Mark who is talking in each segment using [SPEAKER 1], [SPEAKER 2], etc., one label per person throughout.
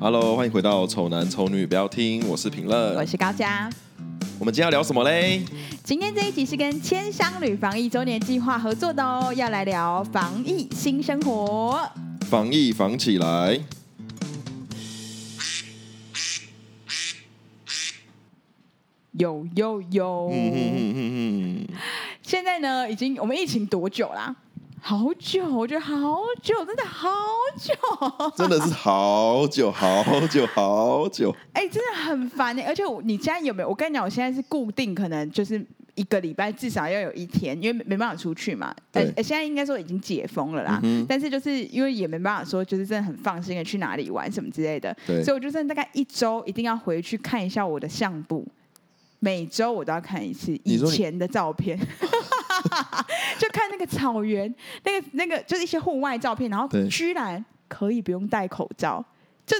[SPEAKER 1] Hello，欢迎回到《丑男丑女》，不要听，我是平乐。
[SPEAKER 2] 我是高佳。
[SPEAKER 1] 我们今天要聊什么嘞？
[SPEAKER 2] 今天这一集是跟千商旅防疫周年计划合作的哦，要来聊防疫新生活。
[SPEAKER 1] 防疫防起来。
[SPEAKER 2] 有有有，
[SPEAKER 1] 嗯嗯嗯嗯嗯，
[SPEAKER 2] 现在呢，已经我们疫情多久啦？好久，我觉得好久，真的好久。
[SPEAKER 1] 真的是好久好久好久。
[SPEAKER 2] 哎、真的很烦哎、而且我你现在有没有？我跟你讲，我现在是固定，可能就是一个礼拜至少要有一天，因为没没办法出去嘛。呃
[SPEAKER 1] 对，
[SPEAKER 2] 呃现在应该说已经解封了啦，
[SPEAKER 1] 嗯哼
[SPEAKER 2] 但是就是因为也没办法说，就是真的很放心的去哪里玩什么之类的，
[SPEAKER 1] 对
[SPEAKER 2] 所以我就真的大概一周一定要回去看一下我的相簿。每周我都要看一次
[SPEAKER 1] 你
[SPEAKER 2] 以
[SPEAKER 1] 说你
[SPEAKER 2] 前的照片， 就看那个草原，那个那个就是一些户外照片，然后
[SPEAKER 1] 对
[SPEAKER 2] 居然可以不用戴口罩，就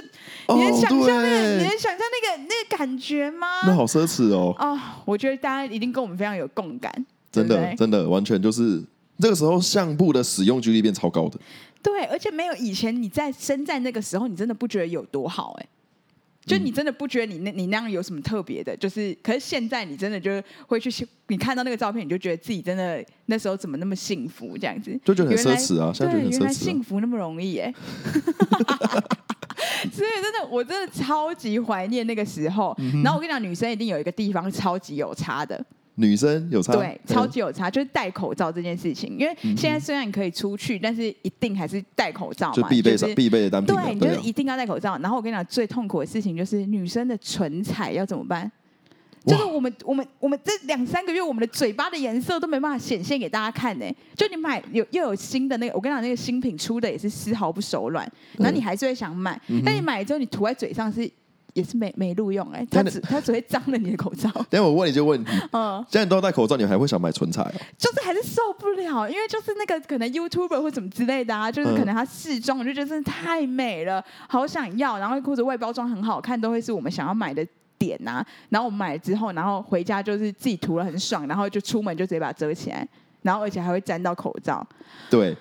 [SPEAKER 1] 哦
[SPEAKER 2] 你能想象那个，
[SPEAKER 1] 对
[SPEAKER 2] 你能想象那个那个感觉吗？
[SPEAKER 1] 那好奢侈哦，
[SPEAKER 2] 哦，我觉得大家一定跟我们非常有共感，
[SPEAKER 1] 真的
[SPEAKER 2] 对不对
[SPEAKER 1] 真的，完全就是这个时候相簿的使用几率变超高的。
[SPEAKER 2] 对，而且没有以前你在身在那个时候，你真的不觉得有多好
[SPEAKER 1] 嗯
[SPEAKER 2] 哎、就你真的不觉得你那你那样有什么特别的，就是可是现在你真的就会去，你看到那个照片，你就觉得自己真的那时候怎么那么幸福这样子，
[SPEAKER 1] 就觉得很
[SPEAKER 2] 原来
[SPEAKER 1] 奢侈啊现在觉得很
[SPEAKER 2] 对，原
[SPEAKER 1] 奢
[SPEAKER 2] 来
[SPEAKER 1] 侈啊
[SPEAKER 2] 幸福那么容易 哎、所以真的，我真的超级怀念那个时候。
[SPEAKER 1] 嗯
[SPEAKER 2] 然后我跟你讲，女生一定有一个地方超级有差的，
[SPEAKER 1] 女生有差，哎
[SPEAKER 2] 对，超级有差，就是戴口罩这件事情。因为
[SPEAKER 1] 嗯
[SPEAKER 2] 现在虽然可以出去，但是一定还是戴口罩嘛，
[SPEAKER 1] 就必备
[SPEAKER 2] 是
[SPEAKER 1] 上必备的单品啊。
[SPEAKER 2] 对，你就
[SPEAKER 1] 对
[SPEAKER 2] 是
[SPEAKER 1] 啊，
[SPEAKER 2] 一定要戴口罩。然后我跟你讲，最痛苦的事情就是女生的唇彩要怎么办？
[SPEAKER 1] 哇
[SPEAKER 2] 就是我们我们我们这两三个月，我们的嘴巴的颜色都没办法显现给大家看呢、欸就你买有又有新的那个，我跟你讲，那个新品出的也是丝毫不手软，然后你还是会想买，
[SPEAKER 1] 嗯
[SPEAKER 2] 但你买了之后，你涂在嘴上是也是没没录用哎、它
[SPEAKER 1] 但你
[SPEAKER 2] 只它只会脏了你的 口罩。
[SPEAKER 1] 等一下我问你一个问 题，
[SPEAKER 2] 嗯，
[SPEAKER 1] 现在你都要戴口罩，你还会想买唇彩哦？
[SPEAKER 2] 就是还是受不了，因为就是那个可能 YouTuber 或什么之类的啊，就是可
[SPEAKER 1] 嗯
[SPEAKER 2] 能它试妆，我就觉得真的太美了，好想要，然后或者外包装很好看，都会是我们想要买的点啊。然后我们买了之后，然后回家就是自己涂了很爽，然后就出门就直接把它遮起来，然后而且还会沾到口罩。
[SPEAKER 1] 对，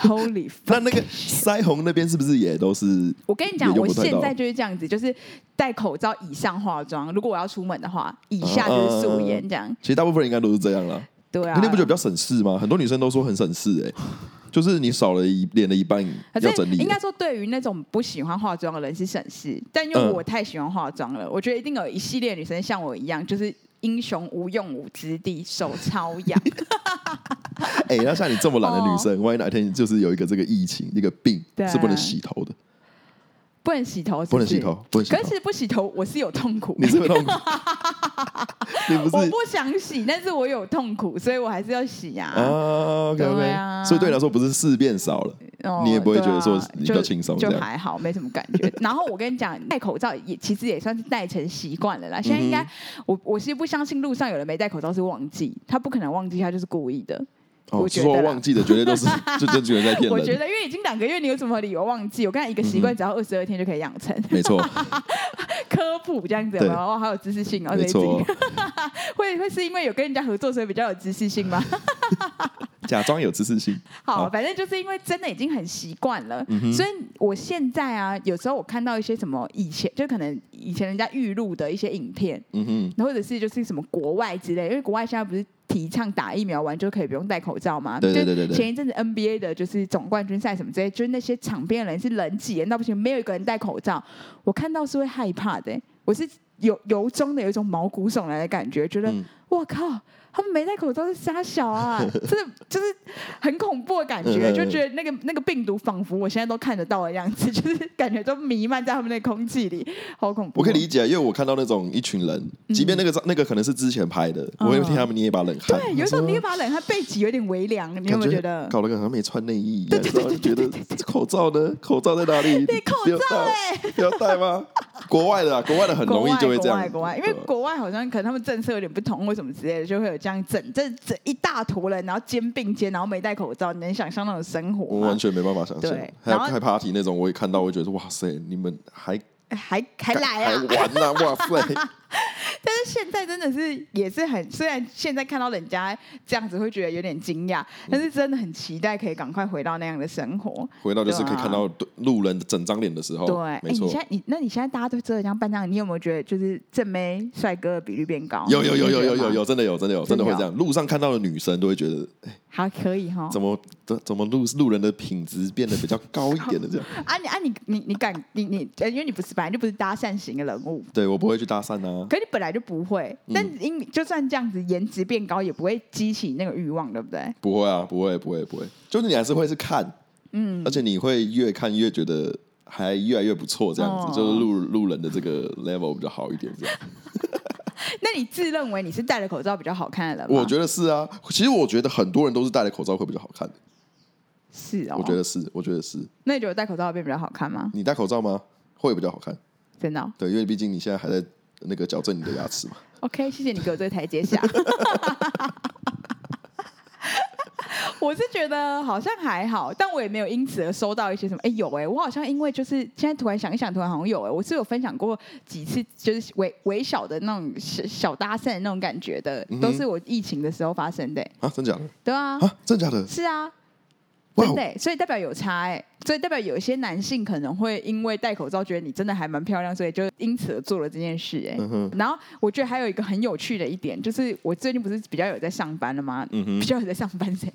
[SPEAKER 2] Holy
[SPEAKER 1] 那
[SPEAKER 2] fuck！
[SPEAKER 1] 那个腮红那边是不是也都是
[SPEAKER 2] 我跟你讲，
[SPEAKER 1] 也用
[SPEAKER 2] 我
[SPEAKER 1] 不太
[SPEAKER 2] 现
[SPEAKER 1] 到
[SPEAKER 2] 在就是这样子，就是戴口罩以上化妆，如果我要出门的话，以下就是素颜这样。
[SPEAKER 1] 其实大部分人应该都是这样啦。
[SPEAKER 2] 对啊
[SPEAKER 1] 那你，不觉得比较省事吗？很多女生都说很省事、 欸，就是你少了一脸的一半
[SPEAKER 2] 可
[SPEAKER 1] 要整
[SPEAKER 2] 是
[SPEAKER 1] 理
[SPEAKER 2] 应
[SPEAKER 1] 的。
[SPEAKER 2] 该说，对于那种不喜欢化妆的人是省事，但因
[SPEAKER 1] 嗯
[SPEAKER 2] 为我太喜欢化妆了，我觉得一定有一系列女生像我一样，就是英雄无用武之地，手超 痒。
[SPEAKER 1] 哎、那像你这么懒的女
[SPEAKER 2] 哦
[SPEAKER 1] 生，万一哪天就是有一个这个疫情，一个病
[SPEAKER 2] 对啊
[SPEAKER 1] 是不能洗头的，
[SPEAKER 2] 不能洗头是
[SPEAKER 1] 不
[SPEAKER 2] 不
[SPEAKER 1] 能
[SPEAKER 2] 是，
[SPEAKER 1] 洗头，不能洗
[SPEAKER 2] 可是
[SPEAKER 1] 头
[SPEAKER 2] 其。实不洗头，我是有痛苦
[SPEAKER 1] 你。是不是 痛苦？你不
[SPEAKER 2] 我
[SPEAKER 1] 是
[SPEAKER 2] 不想洗，但是我有痛苦，所以我还是要洗呀、啊。
[SPEAKER 1] 啊？OK OK，、
[SPEAKER 2] 对啊
[SPEAKER 1] 所以对你来说不是事变少了，
[SPEAKER 2] 哦
[SPEAKER 1] 你也不会觉得说
[SPEAKER 2] 对啊
[SPEAKER 1] 你比较轻松
[SPEAKER 2] 就
[SPEAKER 1] 这
[SPEAKER 2] 就
[SPEAKER 1] 样
[SPEAKER 2] 还好，没什么感觉。然后我跟你讲，戴口罩也其实也算是戴成习惯了啦。现在应该、
[SPEAKER 1] 嗯
[SPEAKER 2] 我我是不相信路上有人没戴口罩是忘记，他不可能忘记，他就是故意的。
[SPEAKER 1] 哦，
[SPEAKER 2] 我觉得
[SPEAKER 1] 说
[SPEAKER 2] 啦
[SPEAKER 1] 忘记的绝对 都是就就觉得在骗
[SPEAKER 2] 我觉
[SPEAKER 1] 人，
[SPEAKER 2] 得，因为已经两个月，你有什么理由忘记？我刚才一个习
[SPEAKER 1] 嗯
[SPEAKER 2] 惯只要二十二天就可以养成，
[SPEAKER 1] 没错，
[SPEAKER 2] 科普这样子，
[SPEAKER 1] 对
[SPEAKER 2] 然后好有知识性哦，这
[SPEAKER 1] 没
[SPEAKER 2] 一集
[SPEAKER 1] 错，
[SPEAKER 2] 会会是因为有跟人家合作，所以比较有知识性吗？
[SPEAKER 1] 假装有自私心。
[SPEAKER 2] 好，
[SPEAKER 1] 好嗯
[SPEAKER 2] 反正就是因为真的已经很习惯了，所以我现在啊，有时候我看到一些什么以前就可能以前人家预录的一些影片，
[SPEAKER 1] 嗯哼，
[SPEAKER 2] 然后或者是就是什么国外之类，因为国外现在不是提倡打疫苗完就可以不用戴口罩吗？
[SPEAKER 1] 对对对
[SPEAKER 2] 就
[SPEAKER 1] 对对
[SPEAKER 2] 前一阵子 NBA 的就是总冠军赛什么之类，就是那些场边的人是人挤人到不行，没有一个人戴口罩，我看到是会害怕的、欸我是由由衷的有一种毛骨悚然的感觉，觉得
[SPEAKER 1] 嗯
[SPEAKER 2] 我、靠。他们没戴口罩是傻小 啊，真的就是很恐怖的感觉，
[SPEAKER 1] 嗯嗯嗯
[SPEAKER 2] 就觉得那个那个病毒仿佛我现在都看得到的样子， 就是感觉都弥漫在他们的空气里，好恐怖哦、
[SPEAKER 1] 我可以理解，因为我看到那种一群人，
[SPEAKER 2] 嗯
[SPEAKER 1] 即便那个照那个可能是之前拍的，我会替他们捏一把冷汗。
[SPEAKER 2] 哎对，有时候捏把冷汗，背脊有点微凉，你有
[SPEAKER 1] 感
[SPEAKER 2] 没有觉得？
[SPEAKER 1] 搞得好像没穿内衣一样，然后就觉得这口罩呢？口罩在哪 里？你
[SPEAKER 2] 口罩欸
[SPEAKER 1] 戴， 不要戴吗？国外的啊，国外的很容易就会这样。
[SPEAKER 2] 国外，国外，因为国外好像可能他们政策有点不同，或什么之类的，就会有这样整这整一大坨人，然后肩并肩，然后没戴口罩，你能想象那种生活
[SPEAKER 1] 我
[SPEAKER 2] 吗
[SPEAKER 1] 完？全没办法想象
[SPEAKER 2] 对，
[SPEAKER 1] 还有
[SPEAKER 2] 然后啊
[SPEAKER 1] 开 party 那种，我也看 到，我会觉得哇塞，你们还
[SPEAKER 2] 还还来
[SPEAKER 1] 还
[SPEAKER 2] 啊！
[SPEAKER 1] 玩呢、啊？哇塞，
[SPEAKER 2] 但是现在真的是也是很，虽然现在看到人家这样子会觉得有点惊讶，但
[SPEAKER 1] 嗯
[SPEAKER 2] 是真的很期待可以赶快回到那样的生活。
[SPEAKER 1] 回到就是可以
[SPEAKER 2] 对啊
[SPEAKER 1] 看到路人的整张脸的时候，
[SPEAKER 2] 对，哎、
[SPEAKER 1] 哦没
[SPEAKER 2] 你
[SPEAKER 1] 错
[SPEAKER 2] 现，在你那你现在大家都遮得像半张，你有没有觉得就是正妹帅哥的比率变高？
[SPEAKER 1] 有有有有有
[SPEAKER 2] 哦你
[SPEAKER 1] 有
[SPEAKER 2] 觉得吗，
[SPEAKER 1] 有，真的有真的有真的会
[SPEAKER 2] 真
[SPEAKER 1] 这
[SPEAKER 2] 的有
[SPEAKER 1] 样，路上看到的女生都会觉得
[SPEAKER 2] 还可以哈。
[SPEAKER 1] 怎么怎怎么路路人的品质变得比较高一点的这样。
[SPEAKER 2] 啊你啊你你你敢你你，呃因为你不是本来就不是搭讪型的人物，
[SPEAKER 1] 对我不会去搭讪啊，
[SPEAKER 2] 可你本来就不会，
[SPEAKER 1] 嗯
[SPEAKER 2] 但因你就算这样子颜值变高，也不会激起那个欲望，对不对？
[SPEAKER 1] 不会啊，不会不会不会，就是你还是会是看，嗯，而且你会越看越觉得还越来越不错，这样子、
[SPEAKER 2] 哦
[SPEAKER 1] 就是路路人的这个 level 比较好一点这样。
[SPEAKER 2] 那你自认为你是戴了口罩比较好看的人吗？
[SPEAKER 1] 我觉得是啊，其实我觉得很多人都是戴了口罩会比较好看的，
[SPEAKER 2] 是哦。
[SPEAKER 1] 我觉得是，我觉得是。
[SPEAKER 2] 那你觉得戴口罩变比较好看吗？
[SPEAKER 1] 你戴口罩吗？会比较好看，
[SPEAKER 2] 真的哦、
[SPEAKER 1] 对，因为毕竟你现在还在那个矫正你的牙齿嘛。
[SPEAKER 2] OK，谢谢你给我这个台阶下。我是觉得好像还好，但我也没有因此而收到一些什么。哎、有哎、我好像因为就是现在突然想一想，突然好像有哎、我是有分享过几次，就是微微小的那种小小搭讪的那种感觉的，
[SPEAKER 1] 哼
[SPEAKER 2] 都是我疫情的时候发生的、哎
[SPEAKER 1] 啊，真假的？
[SPEAKER 2] 对啊，
[SPEAKER 1] 啊，真假的？
[SPEAKER 2] 是啊，
[SPEAKER 1] 哇哦
[SPEAKER 2] 真的、欸，所以代表有差哎、所以代表有些男性可能会因为戴口罩觉得你真的还蛮漂亮，所以就因此而做了这件事哎、
[SPEAKER 1] 嗯哼
[SPEAKER 2] 然后我觉得还有一个很有趣的一点，就是我最近不是比较有在上班了吗？
[SPEAKER 1] 嗯哼
[SPEAKER 2] 比较有在上班这样，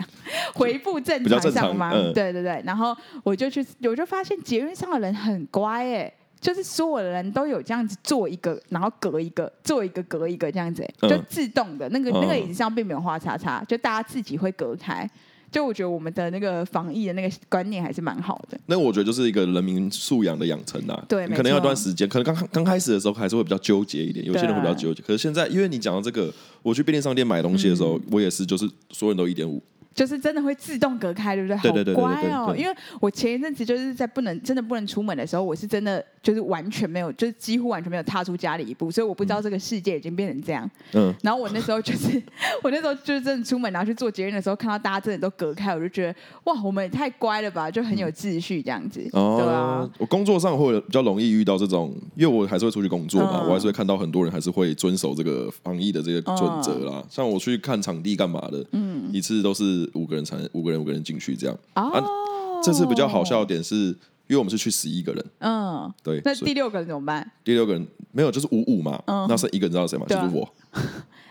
[SPEAKER 2] 回复正
[SPEAKER 1] 比较
[SPEAKER 2] 常
[SPEAKER 1] 正常
[SPEAKER 2] 上班，
[SPEAKER 1] 嗯
[SPEAKER 2] 对对对。然后我就去，我就发现捷运上的人很乖哎、就是所有的人都有这样子做一个，然后隔一个，做一个隔一个这样子、欸
[SPEAKER 1] 嗯
[SPEAKER 2] 就自动的那个
[SPEAKER 1] 嗯
[SPEAKER 2] 那个椅子上并没有画叉叉，就大家自己会隔开。就我觉得我们的那个防疫的那个观念还是蛮好的。
[SPEAKER 1] 那我觉得就是一个人民素养的养成啊，
[SPEAKER 2] 对
[SPEAKER 1] 你
[SPEAKER 2] 没
[SPEAKER 1] 可能要一
[SPEAKER 2] 错
[SPEAKER 1] 段时间，可能刚刚开始的时候还是会比较纠结一点，有些人会比较纠结。可是现在，因为你讲到这个，我去便利商店买东西的时候，
[SPEAKER 2] 嗯
[SPEAKER 1] 我也是，就是所有人都一点五，
[SPEAKER 2] 就是真的会自动隔开，对不对？
[SPEAKER 1] 对对对对
[SPEAKER 2] 好乖
[SPEAKER 1] 对
[SPEAKER 2] 哦！
[SPEAKER 1] 对对
[SPEAKER 2] 因为我前一阵子就是在不能真的不能出门的时候，我是真的就是完全没有，就是几乎完全没有踏出家里一步，所以我不知道这个世界已经变成这样。
[SPEAKER 1] 嗯，
[SPEAKER 2] 然后我那时候就是 我那时候就是真的出门，然后去做捷运的时候，看到大家真的都隔开，我就觉得哇，我们也太乖了吧，就很有秩序这样子，对啊
[SPEAKER 1] 哦，，我工作上会比较容易遇到这种，因为我还是会出去工作嘛，
[SPEAKER 2] 嗯
[SPEAKER 1] 我还是会看到很多人还是会遵守这个防疫的这个准则
[SPEAKER 2] 嗯
[SPEAKER 1] 啦。像我去看场地干嘛的，嗯，一次都是五个人才五个人五个人进去这样。啊
[SPEAKER 2] 哦，
[SPEAKER 1] 这次比较好笑的，点是，因为我们是去十一个人，
[SPEAKER 2] 嗯，
[SPEAKER 1] 对，
[SPEAKER 2] 那
[SPEAKER 1] 所以
[SPEAKER 2] 第六个人怎么办？
[SPEAKER 1] 第六个人没有，就是五五嘛。
[SPEAKER 2] 嗯
[SPEAKER 1] 那剩一个人知道是谁吗？就
[SPEAKER 2] 对啊
[SPEAKER 1] 是我，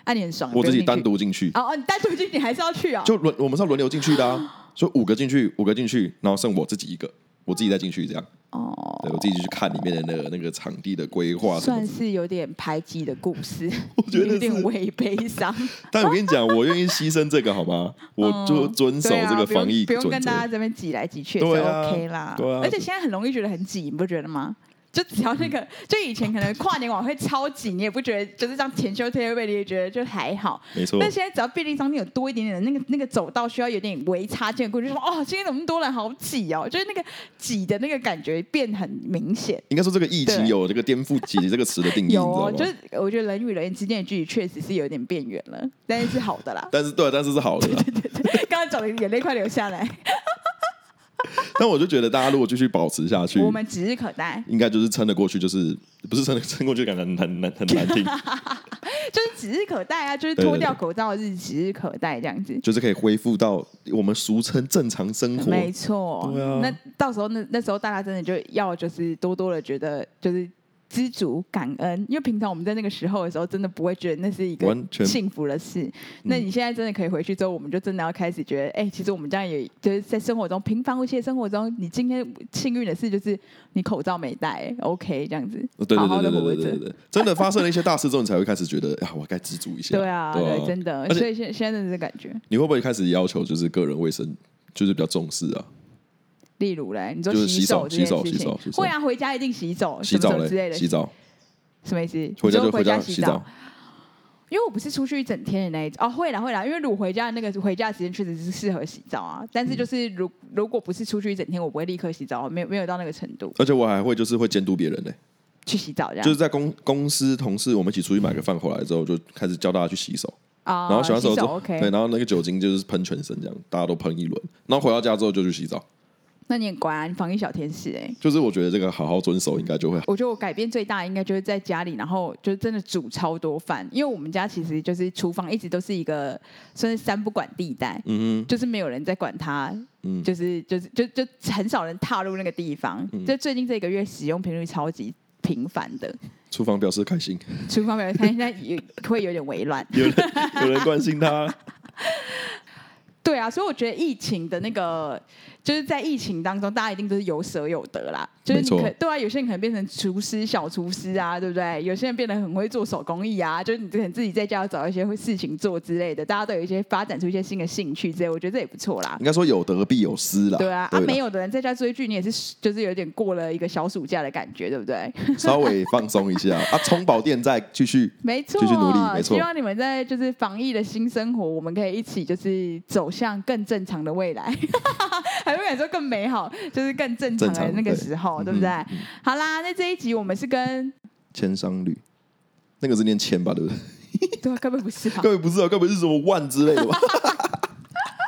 [SPEAKER 2] 啊，你很爽，
[SPEAKER 1] 我
[SPEAKER 2] 不
[SPEAKER 1] 自
[SPEAKER 2] 用
[SPEAKER 1] 己
[SPEAKER 2] 进去
[SPEAKER 1] 单。独进去，
[SPEAKER 2] 哦哦，你单独进去，你还是要去啊、哦？
[SPEAKER 1] 就轮我们是要轮流进去的啊。所以五个进去，五个进去，然后剩我自己一个，我自己再进去这样。
[SPEAKER 2] 哦，
[SPEAKER 1] 对我自己去看里面的那个那个场地的规划什么
[SPEAKER 2] 算
[SPEAKER 1] 的。
[SPEAKER 2] 是有点排挤的故 事，
[SPEAKER 1] 觉得是
[SPEAKER 2] 有点微悲 伤。
[SPEAKER 1] 但我跟你讲，我愿意牺牲这个好 吗？我就遵守
[SPEAKER 2] 对啊
[SPEAKER 1] 这个
[SPEAKER 2] 不用
[SPEAKER 1] 防疫
[SPEAKER 2] 不用
[SPEAKER 1] 准
[SPEAKER 2] 跟大家
[SPEAKER 1] 则。
[SPEAKER 2] 这边挤来挤去也是
[SPEAKER 1] 对啊
[SPEAKER 2] OK 啦。
[SPEAKER 1] 对啊
[SPEAKER 2] 而且现在很容易觉得很挤，你不觉得吗？就只要 那个，就以前可能跨年晚会超挤，你也不觉得，就是这样甜修贴背，你也觉得就还好。
[SPEAKER 1] 没错，
[SPEAKER 2] 但现在只要便利商店有多一点点的那个那个走道需要有点微插间过去，就说哦，今天怎么那么多人好挤哦，就是那个挤的那个感觉变很明显。
[SPEAKER 1] 应该说这个疫情
[SPEAKER 2] 对
[SPEAKER 1] 有这个颠覆“挤”这个词的定义，你知
[SPEAKER 2] 有
[SPEAKER 1] 道
[SPEAKER 2] 哦，就
[SPEAKER 1] 吗
[SPEAKER 2] 是？我觉得人与人之间的距离确实是有点变远 了，但是是好的啦。
[SPEAKER 1] 但是对啊，但是是好的啦。
[SPEAKER 2] 刚刚讲的眼泪快流下来，
[SPEAKER 1] 但我就觉得大家如果继续保持下去，
[SPEAKER 2] 我们指日可待，
[SPEAKER 1] 应该就是撑得过去，就是不是撑得撑过去，感觉很难难很难听，
[SPEAKER 2] 就是指日可待啊，就是
[SPEAKER 1] 对对
[SPEAKER 2] 脱掉口罩的日子指日可待这样子。
[SPEAKER 1] 就是可以恢复到我们俗称正常生活。
[SPEAKER 2] 没错，
[SPEAKER 1] 对啊
[SPEAKER 2] 那到时候那那时候大家真的就要就是多多的觉得就是知足感恩，因为平常我们在那个时候的时候，真的不会觉得那是一个
[SPEAKER 1] 完全嗯
[SPEAKER 2] 幸福的事。那你现在真的可以回去之后，我们就真的要开始觉得，哎、其实我们这样也就是在生活中平凡无奇的生活中，你今天幸运的事就是你口罩没戴、o k 这样子，
[SPEAKER 1] 对哦对
[SPEAKER 2] 好
[SPEAKER 1] 对
[SPEAKER 2] 好
[SPEAKER 1] 对
[SPEAKER 2] 的
[SPEAKER 1] 对
[SPEAKER 2] 活
[SPEAKER 1] 对
[SPEAKER 2] 着
[SPEAKER 1] 对。对，真的发生了一些大事之后，你才会开始觉得啊，我该知足一下。
[SPEAKER 2] 对啊，对，真的
[SPEAKER 1] 而，且
[SPEAKER 2] 所以现现在真的是感觉，
[SPEAKER 1] 你会不会开始要求就是个人卫生，就是比较重视啊？
[SPEAKER 2] 例如嘞，你说
[SPEAKER 1] 就是洗手
[SPEAKER 2] 手这件事
[SPEAKER 1] 洗手洗手洗
[SPEAKER 2] 情，
[SPEAKER 1] 手
[SPEAKER 2] 会啊，回家一定洗手，
[SPEAKER 1] 洗
[SPEAKER 2] 什
[SPEAKER 1] 澡
[SPEAKER 2] 么什么之类
[SPEAKER 1] 嘞，
[SPEAKER 2] 的，
[SPEAKER 1] 洗澡，
[SPEAKER 2] 什么意思？
[SPEAKER 1] 回家
[SPEAKER 2] 你
[SPEAKER 1] 就
[SPEAKER 2] 说
[SPEAKER 1] 回
[SPEAKER 2] 回
[SPEAKER 1] 家
[SPEAKER 2] 洗
[SPEAKER 1] 洗澡，。
[SPEAKER 2] 因为我不是出去一整天的那一种哦，会啦会啦，因为如果回家那个回家的时间确实是适合洗澡啊，但是
[SPEAKER 1] 嗯
[SPEAKER 2] 就是如如果不是出去一整天，我不会立刻洗澡，没有没有到那个程度
[SPEAKER 1] 而且我还会就是会监督别人呢、
[SPEAKER 2] 去洗澡这样。
[SPEAKER 1] 就是在公公司同事我们一起出去买个饭回来之后，就开始教大家去洗手，
[SPEAKER 2] 啊，
[SPEAKER 1] 然后洗完
[SPEAKER 2] 洗
[SPEAKER 1] 之
[SPEAKER 2] 手
[SPEAKER 1] 后，
[SPEAKER 2] OK，
[SPEAKER 1] 对，然后那个酒精就是喷全身这样，大家都喷一轮，然后回到家之后就去洗澡，
[SPEAKER 2] 那你很乖啊，你防疫小天使哎、
[SPEAKER 1] 就是我觉得这个好好遵守应该就会好。
[SPEAKER 2] 我觉得我改变最大应该就是在家里，然后就真的煮超多饭，因为我们家其实就是厨房一直都是一个算是三不管地带，
[SPEAKER 1] 嗯哼，
[SPEAKER 2] 就是没有人在管它，
[SPEAKER 1] 嗯
[SPEAKER 2] 就是就是就就很少人踏入那个地方。
[SPEAKER 1] 嗯
[SPEAKER 2] 就最近这个月使用频率超级频繁的，
[SPEAKER 1] 厨房表示开心，
[SPEAKER 2] 厨房没有，它现在也会有点微乱。
[SPEAKER 1] 有人有人关心他，
[SPEAKER 2] 对啊，所以我觉得疫情的那个，就是在疫情当中，大家一定都是有舍有得啦。就是你
[SPEAKER 1] 没错
[SPEAKER 2] 可对啊，有些人可能变成厨师、小厨师啊，对不对？有些人变得很会做手工艺啊，就是你可能自己在家找一些事情做之类的，大家都有一些发展出一些新的兴趣之类，我觉得这也不错啦。
[SPEAKER 1] 应该说有得必有失啦。
[SPEAKER 2] 对啊，啊
[SPEAKER 1] 啦
[SPEAKER 2] 没有的人在家追剧，你也是就是有点过了一个小暑假的感觉，对不对？
[SPEAKER 1] 稍微放松一下啊，充饱电再继续。
[SPEAKER 2] 没错，
[SPEAKER 1] 继续努力没错
[SPEAKER 2] 希望你们在就是防疫的新生活，我们可以一起就是走向更正常的未来， 还不敢说更美好，就是更正
[SPEAKER 1] 正
[SPEAKER 2] 常的
[SPEAKER 1] 常
[SPEAKER 2] 那个时候，对不对？好啦，那这一集我们是跟
[SPEAKER 1] 千商旅，那个是念千吧，对不对？
[SPEAKER 2] 对啊，根本不是吧？
[SPEAKER 1] 根本不是啊，根本是什么万之类的吧？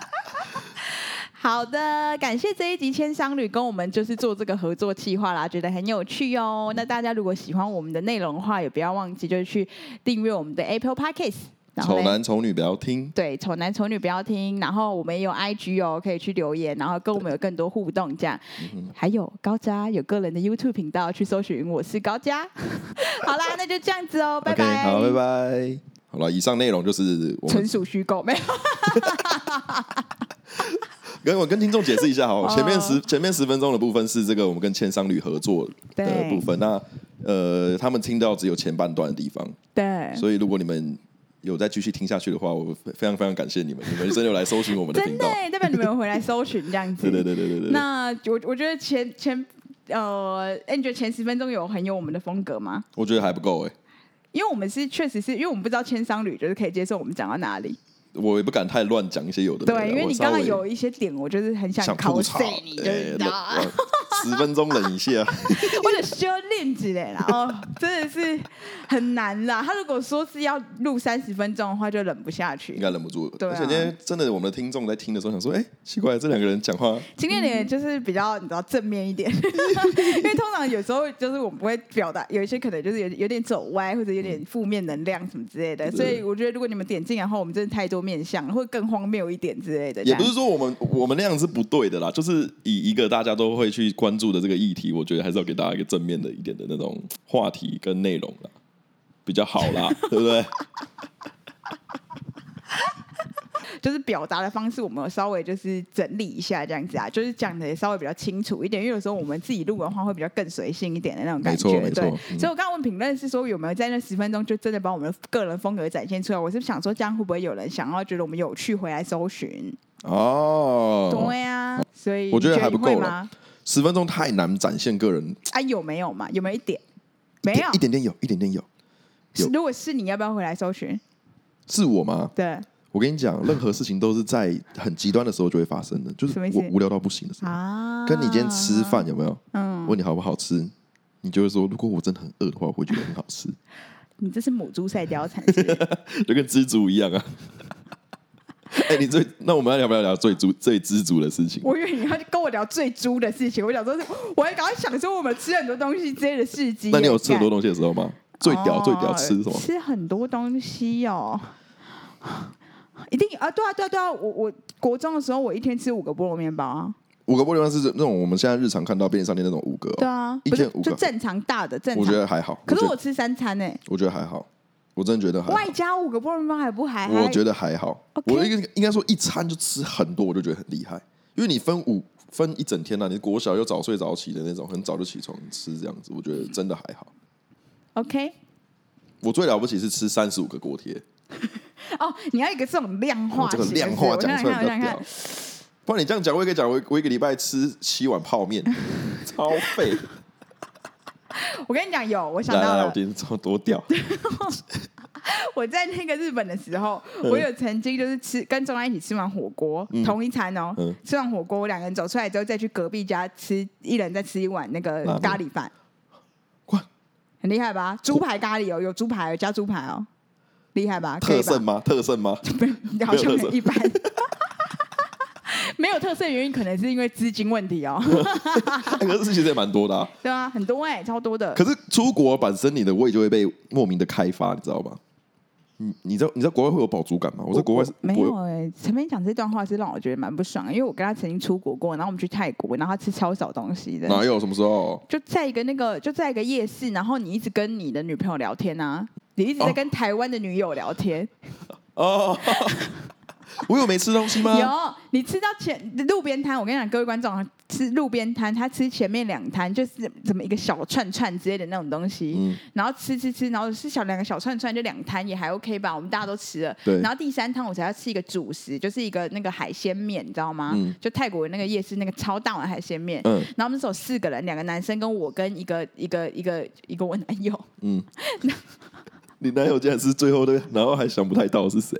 [SPEAKER 2] 好的，感谢这一集千商旅跟我们就是做这个合作计划啦，觉得很有趣哦。那大家如果喜欢我们的内容的话，也不要忘记就是去订阅我们的 Apple Podcast，然后
[SPEAKER 1] 丑
[SPEAKER 2] 嘞
[SPEAKER 1] 男丑女不要听，
[SPEAKER 2] 对，丑男丑女不要听。然后我们也有 IG 哦，可以去留言，然后跟我们有更多互动这样。
[SPEAKER 1] 嗯
[SPEAKER 2] 还有高佳有个人的 YouTube 频道，去搜寻我是高佳。 好啦，那就这样子哦，拜
[SPEAKER 1] OK，
[SPEAKER 2] 拜。
[SPEAKER 1] 好，拜拜。好了，以上内容就是我
[SPEAKER 2] 纯
[SPEAKER 1] 们
[SPEAKER 2] 属 虚构，没有。
[SPEAKER 1] 跟我跟听众解释一下好，
[SPEAKER 2] 哦
[SPEAKER 1] 前面十前面十分钟的部分是这个我们跟千商旅合作的
[SPEAKER 2] 对
[SPEAKER 1] 部分，那呃他们听到只有前半段的地方，
[SPEAKER 2] 对，
[SPEAKER 1] 所以如果你们有再继续听下去的话，我非常非常感谢你们，你们真的有来搜寻我们的频
[SPEAKER 2] 真的
[SPEAKER 1] 道，
[SPEAKER 2] 耶，代表你们有回来搜寻这样子。
[SPEAKER 1] 对对对对对对。
[SPEAKER 2] 那我我觉得前前呃，哎你觉得前十分钟有很有我们的风格吗？
[SPEAKER 1] 我觉得还不够哎、
[SPEAKER 2] 因为我们是确实是因为我们不知道千商旅就是可以接受我们讲到哪里，
[SPEAKER 1] 我也不敢太乱讲一些有的没的
[SPEAKER 2] 对，因为
[SPEAKER 1] 我
[SPEAKER 2] 你
[SPEAKER 1] 稍
[SPEAKER 2] 刚刚
[SPEAKER 1] 微
[SPEAKER 2] 有一些点，我就是很想
[SPEAKER 1] 想
[SPEAKER 2] 考
[SPEAKER 1] 吐槽
[SPEAKER 2] 死，你，就是
[SPEAKER 1] 哎
[SPEAKER 2] 你知道
[SPEAKER 1] 冷
[SPEAKER 2] 吗
[SPEAKER 1] 冷十分钟忍一啊下，
[SPEAKER 2] 或者修炼之类啦，哦，真的是很难啦。他如果说是要录三十分钟的话，就忍不下去
[SPEAKER 1] 应。该忍不住了。
[SPEAKER 2] 对啊
[SPEAKER 1] 而且今天真的，我们的听众在听的时候想说，哎、奇怪，这两个人讲话
[SPEAKER 2] 今天你就是比较你知道正面一点，因为通常有时候就是我们不会表达，有一些可能就是有有点走歪或者有点负面能量什么之类的，
[SPEAKER 1] 对
[SPEAKER 2] 所以我觉得如果你们点进来的话，我们真的太多面相，会更荒谬一点之类的。这
[SPEAKER 1] 也
[SPEAKER 2] 样
[SPEAKER 1] 不是说我们我们那样是不对的啦，就是以一个大家都会去关注的这个议题，我觉得还是要给大家一个正面的一点的那种话题跟内容啦，比较好 啦，对不对？
[SPEAKER 2] 就是表达的方式，我们有稍微就是整理一下这样子啊，就是讲的也稍微比较清楚一点，因为有时候我们自己录的话会比较更随性一点的那种感觉。
[SPEAKER 1] 没错没
[SPEAKER 2] 对
[SPEAKER 1] 错，嗯
[SPEAKER 2] 所以我刚刚问评论是说有没有在那十分钟就真的把我们的个人风格展现出来？我是想说这样会不会有人想要觉得我们有趣回来搜寻？
[SPEAKER 1] 哦，
[SPEAKER 2] 对啊，所以
[SPEAKER 1] 我觉得
[SPEAKER 2] 你
[SPEAKER 1] 还不
[SPEAKER 2] 你会
[SPEAKER 1] 够
[SPEAKER 2] 吗？
[SPEAKER 1] 十分钟太难展现个人，
[SPEAKER 2] 啊，有没有嘛？有没有一点？没有
[SPEAKER 1] 一。点点有，一点点有，有
[SPEAKER 2] 如果是你要不要回来搜寻？
[SPEAKER 1] 是我吗？
[SPEAKER 2] 对，
[SPEAKER 1] 我跟你 讲，任何事情都是在很极端的时候就会发生的，就是
[SPEAKER 2] 什么意思
[SPEAKER 1] 我无聊到不行的时候。
[SPEAKER 2] 啊，
[SPEAKER 1] 跟你今天吃，饭有没有？
[SPEAKER 2] 嗯，
[SPEAKER 1] 问你好不好吃，你就会说，如果我真的很饿的话，我会觉得很好吃，
[SPEAKER 2] 你这是母猪赛貂蝉是不是
[SPEAKER 1] 就跟知足一样啊。 哎、你最那我们要聊不聊聊最足最知足的事情？
[SPEAKER 2] 我以为你要跟我聊最猪的事情，我想说是，我还赶快想说我们吃很多东西之类的事迹。
[SPEAKER 1] 那你有吃很多
[SPEAKER 2] 干
[SPEAKER 1] 东西的时候吗？最屌最屌吃什
[SPEAKER 2] 哦
[SPEAKER 1] 么？
[SPEAKER 2] 吃很多东西哦，一定啊，对啊，对啊，对啊，我我国中的时候，我一天吃五个菠萝面包啊，
[SPEAKER 1] 五个玻璃饭是那种我们现在日常看到便利商店那种五个、
[SPEAKER 2] 对
[SPEAKER 1] 哦，
[SPEAKER 2] 啊，
[SPEAKER 1] 一
[SPEAKER 2] 不是
[SPEAKER 1] 天五个
[SPEAKER 2] 就正常大的正
[SPEAKER 1] 我觉
[SPEAKER 2] 常，
[SPEAKER 1] 得还好。
[SPEAKER 2] 可是
[SPEAKER 1] 我
[SPEAKER 2] 我
[SPEAKER 1] 觉得
[SPEAKER 2] 吃三餐呢、
[SPEAKER 1] 我觉得还好，我真的觉得还好。
[SPEAKER 2] 外加五个菠萝面包还不还？
[SPEAKER 1] 我觉
[SPEAKER 2] 得
[SPEAKER 1] 得还好。
[SPEAKER 2] OK
[SPEAKER 1] 我应该应该说一餐就吃很多，我就觉得很厉害，因为你分五分一整天啊呢、你国小又早睡早起的那种，很早就起床吃这样子，我觉得真的还好。
[SPEAKER 2] OK
[SPEAKER 1] 我最了不起是吃三十五个锅贴，
[SPEAKER 2] 哦，你要一个这种量
[SPEAKER 1] 我
[SPEAKER 2] 化
[SPEAKER 1] 哦这
[SPEAKER 2] 型
[SPEAKER 1] 个
[SPEAKER 2] 的是不是，
[SPEAKER 1] 量化
[SPEAKER 2] 我
[SPEAKER 1] 讲
[SPEAKER 2] 想
[SPEAKER 1] 出来比
[SPEAKER 2] 看，我
[SPEAKER 1] 较
[SPEAKER 2] 想
[SPEAKER 1] 屌
[SPEAKER 2] 看。。
[SPEAKER 1] 不然你这样讲，我也可以讲，我我一个礼拜吃七碗泡面， 超废。
[SPEAKER 2] 我跟你讲，有 我想
[SPEAKER 1] 来
[SPEAKER 2] 到
[SPEAKER 1] 来来，我
[SPEAKER 2] 了，
[SPEAKER 1] 今天超多屌，
[SPEAKER 2] 我在那个日本的时候，我有曾经就是吃跟中安一起吃完火锅，同一餐哦，
[SPEAKER 1] 嗯嗯
[SPEAKER 2] 吃完火锅，我两个人走出来之后，再去隔壁家吃，一人再吃一碗那个
[SPEAKER 1] 拉面
[SPEAKER 2] 咖喱饭，
[SPEAKER 1] 哇，
[SPEAKER 2] 很厉害吧？猪排咖喱哦，有猪排哦，加猪排哦，厉害吧？可
[SPEAKER 1] 特
[SPEAKER 2] 以 吧
[SPEAKER 1] 盛？吗？特盛吗？
[SPEAKER 2] 好像很一般。 没有特色的原因可能是因为资金问题哦，
[SPEAKER 1] 可是其实也蛮多的、啊。
[SPEAKER 2] 对啊，很多哎、超多的。
[SPEAKER 1] 可是出国本身你的胃就会被莫名的开发，你知道吗？你你知道你知道国外会有饱足感吗？我在国外是
[SPEAKER 2] 没
[SPEAKER 1] 我
[SPEAKER 2] 有哎、陈明讲这段话是让我觉得蛮不爽的，因为我跟他曾经出国过，然后我们去泰国，然后他吃超少东西的，
[SPEAKER 1] 哪有什么时候？
[SPEAKER 2] 就在一个那个就在一个夜市，然后你一直跟你的女朋友聊天啊，你一直在
[SPEAKER 1] 哦
[SPEAKER 2] 跟台湾的女友聊天，
[SPEAKER 1] 哦， 我有没吃东西吗？
[SPEAKER 2] 有你吃到前路边摊，我跟你讲，各位观众吃路边摊，他吃前面两摊就是怎么一个小串串之类的那种东西，
[SPEAKER 1] 嗯，
[SPEAKER 2] 然后吃吃吃，然后是小两个小串串，就两摊也还 OK 吧，我们大家都吃了。
[SPEAKER 1] 对
[SPEAKER 2] 然后第三摊我才要吃一个主食，就是一个那个海鲜面，你知道吗？
[SPEAKER 1] 嗯
[SPEAKER 2] 就泰国那个夜市那个超大碗海鲜面。
[SPEAKER 1] 嗯
[SPEAKER 2] 然后我们那时候有四个人，两个男生跟我跟一个一个一个一个我男友，
[SPEAKER 1] 嗯，你男友竟然是最后的，然后还想不太到是谁？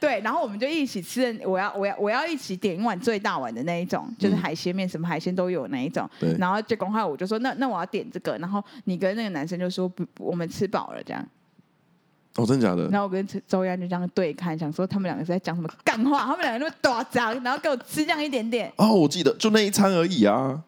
[SPEAKER 2] 对，然后我们就一起吃了，我要我要我要一起点一碗最大碗的那一种，就是海鲜面，什么海鲜都有那一种。
[SPEAKER 1] 对
[SPEAKER 2] 然后结果后来我就说，那那我要点这个，然后你跟那个男生就说不，不我们吃饱了这样。
[SPEAKER 1] 哦，真的假的？
[SPEAKER 2] 然后我跟周安就这样对看，想说他们两个是在讲什么干话，他们两个那么大张，然后给我吃这样一点点。
[SPEAKER 1] 哦，我记得就那一餐而已啊，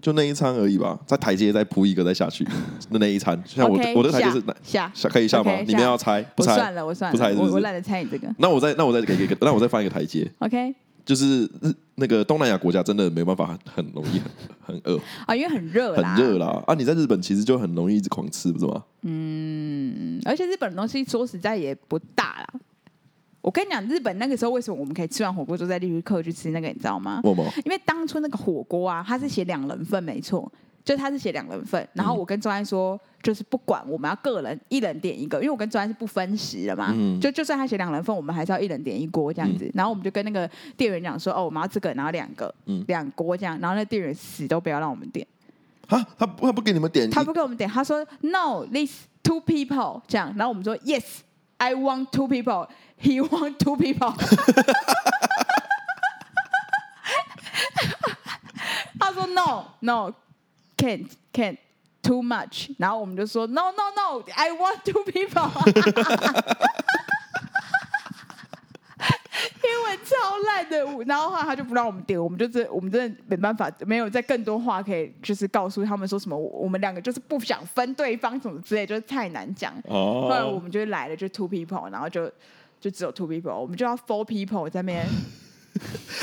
[SPEAKER 1] 就那一餐而已吧，在台阶再铺一个再下 去，那那一餐，像我
[SPEAKER 2] OK，
[SPEAKER 1] 我的台阶
[SPEAKER 2] 下
[SPEAKER 1] 是
[SPEAKER 2] 下，
[SPEAKER 1] 下可以下吗
[SPEAKER 2] OK，
[SPEAKER 1] 你们
[SPEAKER 2] 下
[SPEAKER 1] 要猜不
[SPEAKER 2] 我
[SPEAKER 1] 猜
[SPEAKER 2] 算？了，我算
[SPEAKER 1] 不猜
[SPEAKER 2] 了，
[SPEAKER 1] 是不
[SPEAKER 2] 我
[SPEAKER 1] 是
[SPEAKER 2] 我懒得猜你这个。
[SPEAKER 1] 那我再那我再给一个，那我再翻一个台阶，
[SPEAKER 2] OK
[SPEAKER 1] 就是日那个东南亚国家真的没办法，很容易很很饿，
[SPEAKER 2] 啊，因为 很热啦，
[SPEAKER 1] 很热啦。啊，你在日本其实就很容易一直狂吃，不是吗？
[SPEAKER 2] 嗯，而且日本的东西说实在也不大啦。我跟你讲，日本那个时候为什么我们可以吃完火锅之后再立刻去吃那个，你知道吗？
[SPEAKER 1] 默默
[SPEAKER 2] 因为当初那个火锅啊，它是写两人份，没错，就它是写两人份。然后我跟周安说，就是不管我们要个人一人点一个，因为我跟周安是不分食的嘛，
[SPEAKER 1] 嗯
[SPEAKER 2] 就就算他写两人份，我们还是要一人点一锅这样子。然后我们就跟那个店员讲说，哦，我们要这个，然后两个，
[SPEAKER 1] 嗯
[SPEAKER 2] 两锅这样。然后那店员死都不要让我们点，
[SPEAKER 1] 啊，他不他不给你们点一，
[SPEAKER 2] 他不给我们点，他说 No，this two people 这样。然后我们说 Yes，I want two people，he want two people 。他说 No，No，can't can't。Too much，然后我们就说 No No No，I want two people，英文超烂的，然后后来他就不让我们点，我们就真我们真的没办法，没有再更多话可以就是告诉他们说什么，我我们两个就是不想分对方什么之类，就是太难讲。后来我
[SPEAKER 1] 哦，
[SPEAKER 2] 们就来了就 two people，然后就就只有 two people，我们就要 four people 在那 边。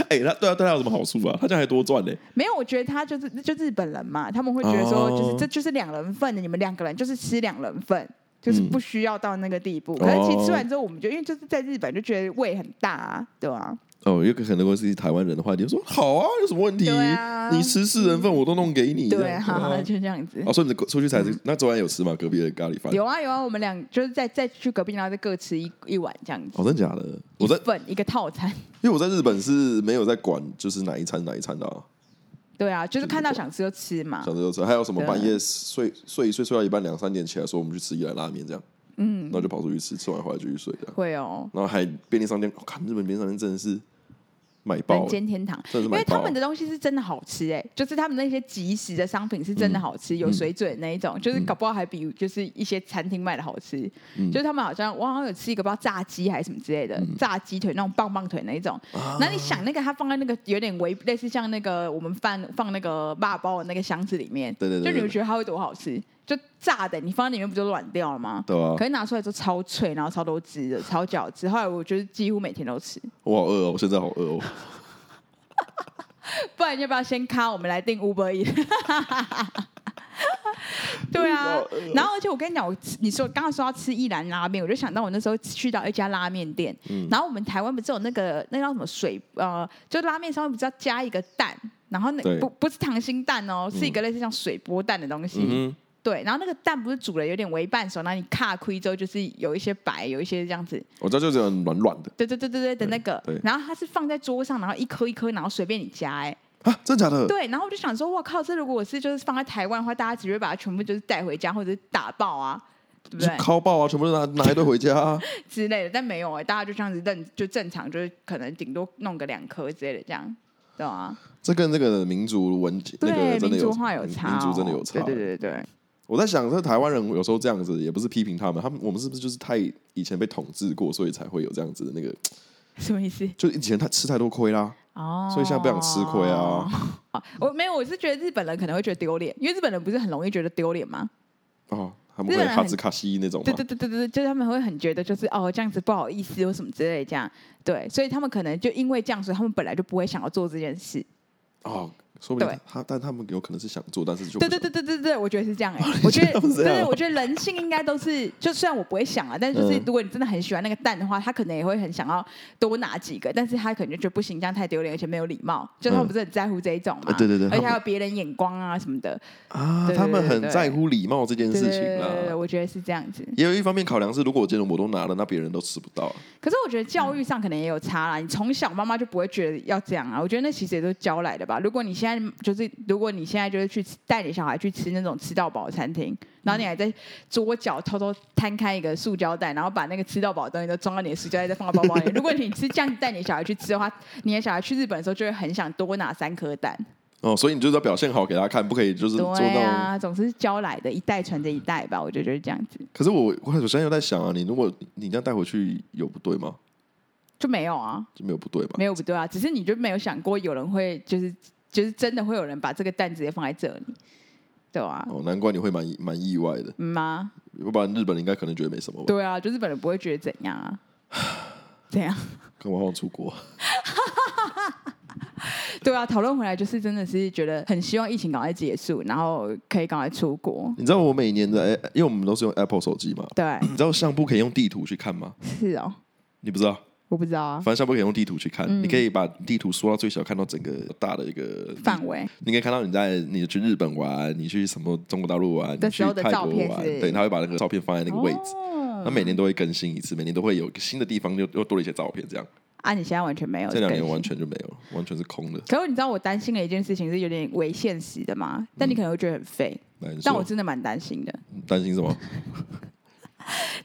[SPEAKER 1] 哎、他对他对他有什么好处啊？他这样还多赚呢、
[SPEAKER 2] 没有，我觉得他就是就日本人嘛，他们会觉得说，就是、
[SPEAKER 1] 哦
[SPEAKER 2] 这就是两人份的，你们两个人就是吃两人份，就是
[SPEAKER 1] 嗯
[SPEAKER 2] 不需要到那个地步。
[SPEAKER 1] 哦
[SPEAKER 2] 可是其实吃完之后，我们就因为就是在日本就觉得胃很大、啊，对啊，
[SPEAKER 1] 哦，有可能如果是台湾人的话，你就说好啊，有什么问题？
[SPEAKER 2] 对啊
[SPEAKER 1] 你吃四人份我都弄给你。这
[SPEAKER 2] 对
[SPEAKER 1] 样
[SPEAKER 2] 啊，就这样子。
[SPEAKER 1] 哦，所以你出去才是、那昨晚有吃吗？隔壁的咖喱饭？
[SPEAKER 2] 有啊有啊，我们俩就是再再去隔壁，然后再各吃一一碗这样子，
[SPEAKER 1] 哦，真的假的？我在
[SPEAKER 2] 一份一个套餐。
[SPEAKER 1] 因为我在日本是没有在管就是哪一餐哪一餐的、啊，
[SPEAKER 2] 对啊，就是看到想吃就吃嘛
[SPEAKER 1] 想。着就吃。还有什么
[SPEAKER 2] 对啊
[SPEAKER 1] 半夜睡睡一睡睡到一半两三点起来说我们去吃一兰拉面这样，嗯，然后就跑出去吃，吃完回来继续睡这样。
[SPEAKER 2] 会哦，
[SPEAKER 1] 然后还便利商店，我、哦看日本便利商店真的是买爆
[SPEAKER 2] 人间天堂，
[SPEAKER 1] 真的是
[SPEAKER 2] 因
[SPEAKER 1] 买
[SPEAKER 2] 为
[SPEAKER 1] 爆
[SPEAKER 2] 他们的东西是真的好吃哎、就是他们那些即食的商品是
[SPEAKER 1] 嗯
[SPEAKER 2] 真的好吃，有水准那一种，就是搞不好还比就是一些餐厅卖的好吃。
[SPEAKER 1] 嗯
[SPEAKER 2] 就是他们好像我好像有吃一个不知道炸鸡还是什么之类的，炸鸡腿那种棒棒腿那一种。
[SPEAKER 1] 啊
[SPEAKER 2] 那、你想那个它放在那个有点微类似像那个我们放放那个霸包的那个箱子里面，
[SPEAKER 1] 对对对对
[SPEAKER 2] 就你会觉得它会多好吃？就炸的，你放在里面不就软掉了吗？
[SPEAKER 1] 对啊
[SPEAKER 2] 可，是拿出来之后超脆，然后超多汁的，超饺子。后来我就是几乎每天都吃。
[SPEAKER 1] 我好饿哦，我现在好饿哦。
[SPEAKER 2] 不然要不要先卡？我们来订 Uber E。对
[SPEAKER 1] 嗯
[SPEAKER 2] 啊，
[SPEAKER 1] 哦
[SPEAKER 2] 然后而且我跟你讲，我吃你说刚刚说要吃一兰拉面，我就想到我那时候去到一家拉面店，
[SPEAKER 1] 嗯
[SPEAKER 2] 然后我们台湾不是有那个那叫什么水呃，就拉面上面不是要加一个蛋，然后那
[SPEAKER 1] 对
[SPEAKER 2] 不不是溏心蛋哦，是一个类似像水波蛋的东西，
[SPEAKER 1] 嗯
[SPEAKER 2] 对，然后那个蛋不是煮了有点微半熟，然后你卡亏之后就是有一些白，有一些这样子，
[SPEAKER 1] 哼，我知道就是很软软的
[SPEAKER 2] 对对对对对的那个
[SPEAKER 1] 对对，
[SPEAKER 2] 然后它是放在桌上，然后一颗一颗，然后随便你夹哎、
[SPEAKER 1] 啊，真的假 的？
[SPEAKER 2] 对，然后我就想说，我靠，这如果我是就是放在台湾的话，大家只会把它全部就是带回家或者是打 爆啊，对不
[SPEAKER 1] 就
[SPEAKER 2] 对
[SPEAKER 1] 敲爆啊，全部都拿拿一堆回家、 啊。
[SPEAKER 2] 之类的？但没有哎、大家就这样子认就正常，就是可能顶多弄个两颗之类的这样，对啊，
[SPEAKER 1] 这跟这个民族文那个
[SPEAKER 2] 对，
[SPEAKER 1] 真的
[SPEAKER 2] 民
[SPEAKER 1] 有
[SPEAKER 2] 族化有差、哦，
[SPEAKER 1] 民族真的有差。
[SPEAKER 2] 对对对对，
[SPEAKER 1] 我在想，这台湾人有时候这样子，也不是批评他们，他们我们是不是就是太以前被统治过，所以才会有这样子的那个？
[SPEAKER 2] 什么意思？
[SPEAKER 1] 就以前他吃太多亏啦，
[SPEAKER 2] 哦，
[SPEAKER 1] 所以现在不想吃亏啊。
[SPEAKER 2] 我没有，我是觉得日本人可能会觉得丢脸，因为日本人不是很容易觉得丢脸吗？
[SPEAKER 1] 哦，他们会
[SPEAKER 2] 日本人
[SPEAKER 1] 哈
[SPEAKER 2] 很
[SPEAKER 1] 兹卡西那种
[SPEAKER 2] 对
[SPEAKER 1] 嘛
[SPEAKER 2] 对，对对对，就是他们会很觉得就是哦这样子不好意思或什么之类这样，对，所以他们可能就因为这样，所以他们本来就不会想要做这件事。
[SPEAKER 1] 哦，说不定
[SPEAKER 2] 对
[SPEAKER 1] 他，但他们有可能是想做，但是就不
[SPEAKER 2] 对
[SPEAKER 1] 想
[SPEAKER 2] 对对对对对，我觉得是
[SPEAKER 1] 哦
[SPEAKER 2] 这样哎、我觉得
[SPEAKER 1] 不是
[SPEAKER 2] 对
[SPEAKER 1] 这样
[SPEAKER 2] 对，我觉得人性应该都是，就虽然我不会想啊，但是就是
[SPEAKER 1] 嗯
[SPEAKER 2] 如果你真的很喜欢那个蛋的话，他可能也会很想要多拿几个，但是他可能就觉得不行，这样太丢脸，而且没有礼貌。就他们
[SPEAKER 1] 嗯
[SPEAKER 2] 不是很在乎这一种
[SPEAKER 1] 啊，
[SPEAKER 2] 嘛
[SPEAKER 1] 对对对
[SPEAKER 2] 而且
[SPEAKER 1] 他们
[SPEAKER 2] 还有别人眼光啊什么的。
[SPEAKER 1] 啊，
[SPEAKER 2] 对对
[SPEAKER 1] 他们
[SPEAKER 2] 对
[SPEAKER 1] 很
[SPEAKER 2] 对
[SPEAKER 1] 在乎礼貌这件
[SPEAKER 2] 对
[SPEAKER 1] 事
[SPEAKER 2] 对
[SPEAKER 1] 情
[SPEAKER 2] 对对对，
[SPEAKER 1] 啦。
[SPEAKER 2] 我觉得是这样子。
[SPEAKER 1] 也有一方面考量是，如果我今天我都拿了，那别人都吃不到啊。
[SPEAKER 2] 可是我觉得教育上可能也有差啦，你从小妈妈就不会觉得要这样啊。我觉得那其实也都是教来的吧。如果你现在就是，如果你现在就是去吃带你小孩去吃那种吃到饱的餐厅，然后你还在桌角偷偷摊开一个塑胶袋，然后把那个吃到饱的东西都装到你的塑胶袋，再放到包包里。如果你是这样带你小孩去吃的话，你的小孩去日本的时候就会很想多拿三颗蛋。
[SPEAKER 1] 哦，所以你就是要表现好给他看，不可以就是做
[SPEAKER 2] 对
[SPEAKER 1] 那种。
[SPEAKER 2] 啊，总是教来的，一代传着一代吧。我觉得就是这样子，
[SPEAKER 1] 可是我我现在又在想啊，你如果你这样带回去有不对吗？
[SPEAKER 2] 就没有啊。
[SPEAKER 1] 就没有不对吧？
[SPEAKER 2] 没有不对啊，只是你就没有想过有人会就是就是真的会有人把这个蛋直接放在这里，对啊，
[SPEAKER 1] 哦，难怪你会蛮意蛮意外的，
[SPEAKER 2] 嗯吗？
[SPEAKER 1] 要不然日本人应该可能觉得没什么吧。
[SPEAKER 2] 对啊，就日本人不会觉得怎样啊。 怎样？
[SPEAKER 1] 干嘛放出国？
[SPEAKER 2] 对啊，讨论回来就是真的是觉得很希望疫情赶快结束，然后可以赶快出国。
[SPEAKER 1] 你知道我每年的，哎因为我们都是用 Apple 手机嘛，
[SPEAKER 2] 对，
[SPEAKER 1] 你知道相簿可以用地图去看吗？
[SPEAKER 2] 是哦，
[SPEAKER 1] 你不知道，
[SPEAKER 2] 我不知道啊
[SPEAKER 1] 反，正相簿可以用地图去看，
[SPEAKER 2] 嗯
[SPEAKER 1] 你可以把地图缩到最小，看到整个大的一个
[SPEAKER 2] 范围
[SPEAKER 1] 你可以看到你在你去日本玩，你去什么中国大陆玩，
[SPEAKER 2] 的
[SPEAKER 1] 你
[SPEAKER 2] 时
[SPEAKER 1] 去
[SPEAKER 2] 候的
[SPEAKER 1] 泰
[SPEAKER 2] 照
[SPEAKER 1] 国
[SPEAKER 2] 片
[SPEAKER 1] 玩，
[SPEAKER 2] 是
[SPEAKER 1] 对，他会把那个照片放在那个位置。
[SPEAKER 2] 哦
[SPEAKER 1] 他每年都会更新一次，每年都会有一个新的地方又又多了一些照片，这样
[SPEAKER 2] 啊，你现在完全没有
[SPEAKER 1] 这两年
[SPEAKER 2] 更新
[SPEAKER 1] 完全就没有，完全是空的。
[SPEAKER 2] 可是你知道我担心的一件事情是有点违现实的嘛？
[SPEAKER 1] 嗯
[SPEAKER 2] 但你可能会觉得很废，
[SPEAKER 1] 难
[SPEAKER 2] 但我
[SPEAKER 1] 说，
[SPEAKER 2] 真的蛮担心的。
[SPEAKER 1] 担心什么？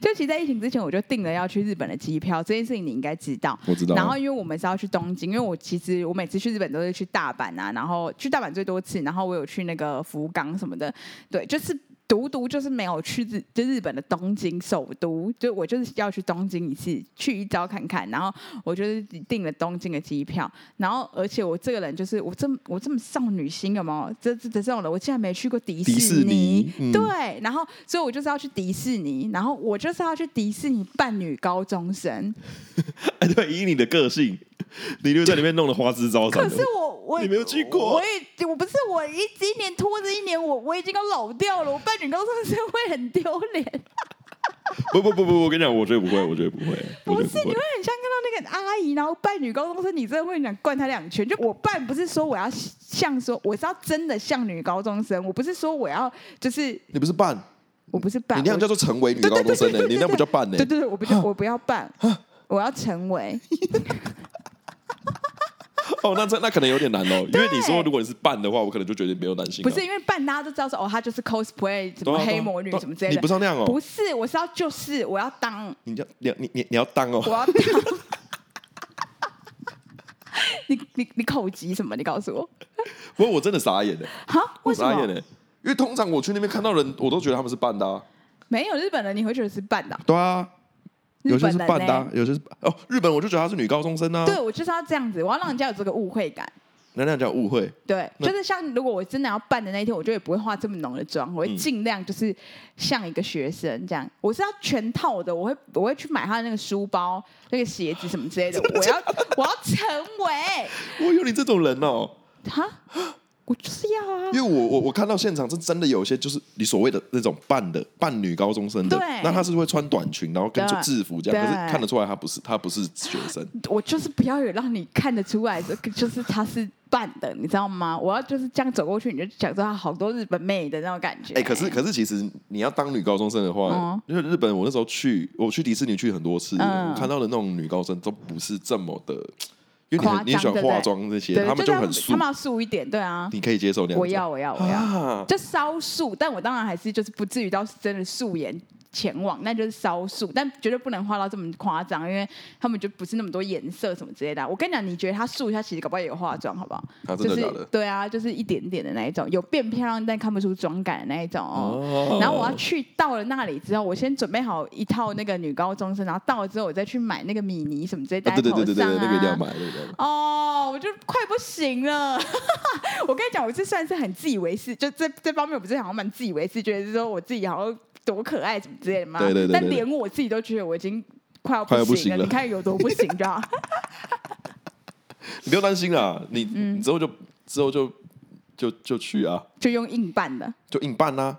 [SPEAKER 2] 就其实，在疫情之前，我就订了要去日本的机票，这件事情你应该知道。
[SPEAKER 1] 我知道啊。
[SPEAKER 2] 然后，因为我们是要去东京，因为我其实我每次去日本都是去大阪啊，然后去大阪最多次，然后我有去那个福冈什么的，对，就是独独就是没有去日就日本的东京首都，就我就是要去东京一次，去一遭看看，然后我就是订了东京的机票，然后而且我这个人就是我这么我这么少女心有没有？这这这种人，我竟然没去过迪
[SPEAKER 1] 迪士尼嗯
[SPEAKER 2] 对，然后所以我就是要去迪士尼，然后我就是要去迪士尼扮女高中生。
[SPEAKER 1] 哎， 对，以你的个性，你就在里面弄得花枝招展
[SPEAKER 2] 可
[SPEAKER 1] 的。
[SPEAKER 2] 是我我
[SPEAKER 1] 你没有去过
[SPEAKER 2] 我也我不是我一今年拖着一年，我我已经要老掉了，我扮女高中生会很丢脸，
[SPEAKER 1] 不不不不，我跟你讲，我觉得不会，我觉得不会，我
[SPEAKER 2] 不
[SPEAKER 1] 觉
[SPEAKER 2] 是
[SPEAKER 1] 得 不
[SPEAKER 2] 你
[SPEAKER 1] 会
[SPEAKER 2] 会。很像看到那个阿姨，然后扮女高中生，你真的会想灌她两拳。就我扮不是说我要像说我是要真的像女高中生，我不是说我要就是
[SPEAKER 1] 你不是扮，
[SPEAKER 2] 我不是
[SPEAKER 1] 你
[SPEAKER 2] 扮
[SPEAKER 1] 那样
[SPEAKER 2] 我
[SPEAKER 1] 叫做成为女高中生呢，欸你那不叫扮呢
[SPEAKER 2] 对。对对，我不叫我不要扮，我要成为。
[SPEAKER 1] 哦，那这那可能有点难哦，因为你说如果你是扮的话，我可能就觉得没有男性啊。
[SPEAKER 2] 不是因为扮大家都知道说哦，她就是 cosplay 什
[SPEAKER 1] 对
[SPEAKER 2] 么
[SPEAKER 1] 啊，对啊
[SPEAKER 2] 黑魔女
[SPEAKER 1] 对啊
[SPEAKER 2] 什么之类
[SPEAKER 1] 你不
[SPEAKER 2] 的。
[SPEAKER 1] 是要那样哦？
[SPEAKER 2] 不是，我是要就是我要当
[SPEAKER 1] 你要你要你你你要当哦
[SPEAKER 2] 我。要当。 你你你口急什么？你告诉我，
[SPEAKER 1] 不过我真的傻眼了，
[SPEAKER 2] 哈？为
[SPEAKER 1] 我
[SPEAKER 2] 什
[SPEAKER 1] 傻眼欸
[SPEAKER 2] 么
[SPEAKER 1] 了？因为通常我去那边看到人，我都觉得他们是扮的、啊。
[SPEAKER 2] 没有日本人？你会觉得是扮的啊？
[SPEAKER 1] 对啊，
[SPEAKER 2] 日
[SPEAKER 1] 有些
[SPEAKER 2] 本
[SPEAKER 1] 是
[SPEAKER 2] 人
[SPEAKER 1] 扮的、
[SPEAKER 2] 呢
[SPEAKER 1] 啊，有些是哦，日本我就觉得她是女高中生啊。
[SPEAKER 2] 对，，我就是要这样子，我要让人家有这个误会感。
[SPEAKER 1] 那那叫误会。
[SPEAKER 2] 对，
[SPEAKER 1] 那
[SPEAKER 2] 就是像如果我真的要扮的那一天，我就也不会化这么浓的妆，我会
[SPEAKER 1] 嗯
[SPEAKER 2] 尽量就是像一个学生这样。我是要全套的，我会我会去买他的那个书包、那个鞋子什么之类的。我要 我要成为
[SPEAKER 1] 我有你这种人哦，
[SPEAKER 2] 哈，我就是要啊
[SPEAKER 1] 因。为我我我看到现场是真的有一些就是你所谓的那种扮的扮女高中生的
[SPEAKER 2] 对，
[SPEAKER 1] 那她是会穿短裙，然后跟
[SPEAKER 2] 对
[SPEAKER 1] 着制服这样，可是
[SPEAKER 2] 对
[SPEAKER 1] 看得出来她不是她不是学生。
[SPEAKER 2] 我就是不要有让你看得出来，这个 就是他是扮的，你知道吗？我要就是这样走过去，你就想说他好多日本妹的那种感觉。
[SPEAKER 1] 哎、可是可是，其实你要当女高中生的话
[SPEAKER 2] 嗯，
[SPEAKER 1] 因为、日本我那时候去，我去迪士尼去很多次，
[SPEAKER 2] 嗯
[SPEAKER 1] 我看到的那种女高生都不是这么的，因为你
[SPEAKER 2] 夸张
[SPEAKER 1] 很你很喜欢
[SPEAKER 2] 对不对
[SPEAKER 1] 化妆那些，
[SPEAKER 2] 对，
[SPEAKER 1] 他
[SPEAKER 2] 就
[SPEAKER 1] 们
[SPEAKER 2] 是
[SPEAKER 1] 很素
[SPEAKER 2] 他，们要素一点，对啊，
[SPEAKER 1] 你可以接受那样子。
[SPEAKER 2] 我要我要我要，
[SPEAKER 1] 啊，
[SPEAKER 2] 就稍素，但我当然还是就是不至于到真的素颜前往，那就是少数，但绝对不能画到这么夸张，因为他们就不是那么多颜色什么之类的啊。我跟你讲，你觉得他素，他其实搞不好也有化妆，好不好？
[SPEAKER 1] 他真的
[SPEAKER 2] 就是
[SPEAKER 1] 假的？
[SPEAKER 2] 对啊，就是一点点的那一种，有变漂亮但看不出妆感的那一种哦。
[SPEAKER 1] 哦
[SPEAKER 2] 然后我要去到了那里之后，我先准备好一套那个女高中生，然后到了之后我再去买那个米妮什么之类戴
[SPEAKER 1] 啊
[SPEAKER 2] 在
[SPEAKER 1] 对对
[SPEAKER 2] 头上
[SPEAKER 1] 对对对，那个一定要
[SPEAKER 2] 啊
[SPEAKER 1] 买，那个一定要买。
[SPEAKER 2] 哦，我就快不行了。 我跟你讲，我这算是很自以为是，就这这方面我不是好像蛮自以为是，觉得说我自己好像多可爱什么之类的嘛。
[SPEAKER 1] 对对对对
[SPEAKER 2] 但
[SPEAKER 1] 对
[SPEAKER 2] 连我自己都觉得我已经快要
[SPEAKER 1] 快要不
[SPEAKER 2] 不行
[SPEAKER 1] 行
[SPEAKER 2] 了，
[SPEAKER 1] 了
[SPEAKER 2] 你看有多不行，知道吗？
[SPEAKER 1] 你不用担心啦，你
[SPEAKER 2] 嗯
[SPEAKER 1] 你之后就之后就就就去啊，
[SPEAKER 2] 就用硬办的，
[SPEAKER 1] 就硬办啦、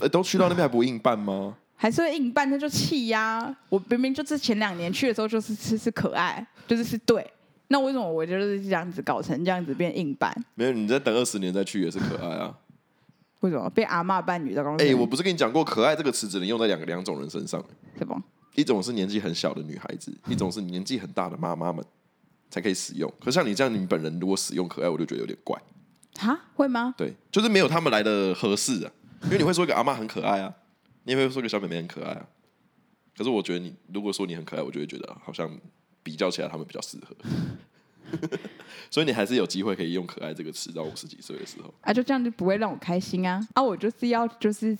[SPEAKER 1] 呃都去到那边还不硬办吗？
[SPEAKER 2] 还是会硬办，那就气呀、我明明就是前两年去的时候就是是是可爱，就是是对。那为什么我就是这样子搞成这样子变硬办？
[SPEAKER 1] 没有，你再等二十年再去也是可爱啊。
[SPEAKER 2] 为什么被阿嬷扮女的？刚
[SPEAKER 1] 哎、我不是跟你讲过，可爱这个词只能用在两个两种人身上，
[SPEAKER 2] 什么？
[SPEAKER 1] 一种是年纪很小的女孩子，一种是年纪很大的妈妈们才可以使用。可像你这样，你本人如果使用可爱，我就觉得有点怪。
[SPEAKER 2] 哈？会吗？
[SPEAKER 1] 对，就是没有他们来的合适啊。因为你会说一个阿妈很可爱啊，你也会说一个小妹妹很可爱啊。可是我觉得你如果说你很可爱，我就会觉得好像比较起来他们比较适合。 所以你还是有机会可以用“可爱”这个词到五十几岁的时候，
[SPEAKER 2] 啊，就这样就不会让我开心啊！啊，我就是要就是，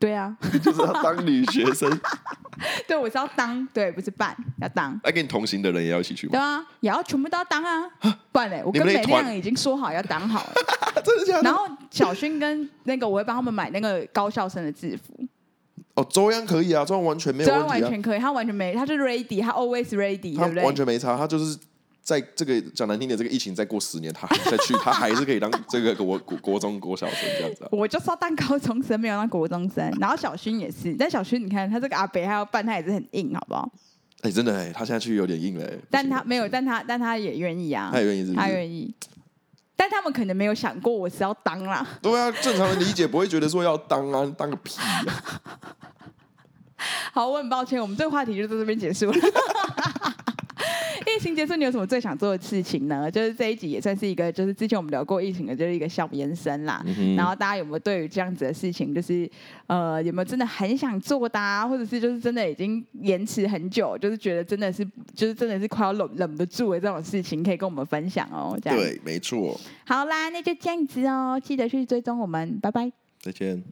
[SPEAKER 2] 对啊，
[SPEAKER 1] 就是要当女学 生，
[SPEAKER 2] 对我是要当，对，不是办，要当，
[SPEAKER 1] 来跟你同行的人也要一起去吗？
[SPEAKER 2] 对啊，也要全部都要当啊，不然嘞，我
[SPEAKER 1] 你
[SPEAKER 2] 跟
[SPEAKER 1] 们那
[SPEAKER 2] 美
[SPEAKER 1] 一团
[SPEAKER 2] 亮已经说好要 当好了，
[SPEAKER 1] 真的假
[SPEAKER 2] 然
[SPEAKER 1] 的？
[SPEAKER 2] 后小薰跟那个我会帮他们买那个高校生的制服，
[SPEAKER 1] 哦，中央可以啊，中央完全没有
[SPEAKER 2] 这样
[SPEAKER 1] 问
[SPEAKER 2] 完
[SPEAKER 1] 题啊，
[SPEAKER 2] 全可以，他完全没，他是 ready，他 always ready，对
[SPEAKER 1] 他
[SPEAKER 2] 不对
[SPEAKER 1] 完？全没差，他就是在这个讲难听点，这个疫情再过十年，他还再去，他还是可以当这个国国国中国小生这样子啊。
[SPEAKER 2] 我就是要当高中生，没有当国中生。然后小薰也是，但小薰你看他这个阿北他要办，他也是很硬，好不好？
[SPEAKER 1] 哎、真的哎、他现在去有点硬了、哎
[SPEAKER 2] 但
[SPEAKER 1] 不行
[SPEAKER 2] 他没有，但他但他也愿意啊，
[SPEAKER 1] 他也愿意是不
[SPEAKER 2] 他
[SPEAKER 1] 是？
[SPEAKER 2] 愿意。但他们可能没有想过我是要当啦，
[SPEAKER 1] 对啊，正常人理解不会觉得说要当啊，当个屁啊！
[SPEAKER 2] 好，我很抱歉，我们这个话题就到这边结束了。 疫情结束，你有什么最想做的事情呢？就是这一集也算是一个，就是之前我们聊过疫情的，就是一个小延伸啦。
[SPEAKER 1] 嗯
[SPEAKER 2] 然后大家有没有对于这样子的事情，就是呃，有没有真的很想做的、啊，或者是就是真的已经延迟很久，就是觉得真的是就是真的是快要忍忍不住的这种事情，可以跟我们分享哦。这样，
[SPEAKER 1] 对，没错，
[SPEAKER 2] 好啦，那就这样子哦，记得去追踪我们，拜拜。
[SPEAKER 1] 再见。